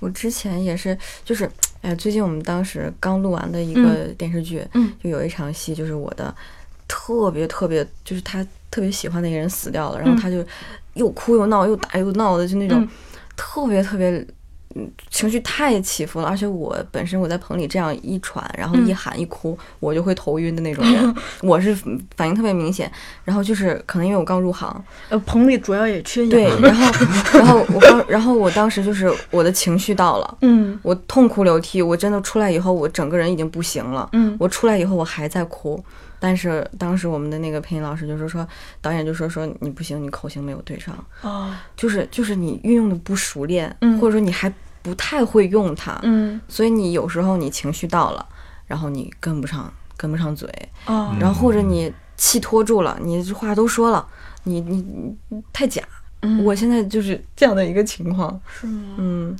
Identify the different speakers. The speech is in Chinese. Speaker 1: 我之前也是，就是，哎，最近我们当时刚录完的一个电视剧，
Speaker 2: 嗯
Speaker 1: 就有一场戏，就是我的特别特别，就是他特别喜欢的一个人死掉了，然后
Speaker 2: 嗯
Speaker 1: 他就又哭又闹，又打又闹的，就那种、
Speaker 2: 嗯
Speaker 1: 特别特别，嗯，情绪太起伏了。而且我本身我在棚里这样一喘，然后一
Speaker 2: 嗯
Speaker 1: 喊一哭，我就会头晕的那种 人，我是反应特别明显。然后就是可能因为我刚入行，
Speaker 2: 呃，棚里主要也缺
Speaker 1: 对
Speaker 2: 氧。，
Speaker 1: 然后然后我刚，然后我当时就是我的情绪到了，
Speaker 2: 嗯
Speaker 1: 我痛哭流涕，我真的出来以后，我整个人已经不行了。
Speaker 2: 嗯
Speaker 1: 我出来以后，我还在哭，但是当时我们的那个配音老师就说说，导演就说说你不行，你口型没有对上，
Speaker 2: 哦
Speaker 1: 就是就是你运用的不熟练，
Speaker 2: 嗯
Speaker 1: 或者说你还不太会用它，
Speaker 2: 嗯
Speaker 1: 所以你有时候你情绪到了，然后你跟不上，跟不上嘴，
Speaker 2: 哦
Speaker 1: 然后或者你气拖住了，你这话都说了，你你你太假。
Speaker 2: 嗯
Speaker 1: 我现在就是这样的一个情况，
Speaker 2: 是吗？
Speaker 1: 嗯，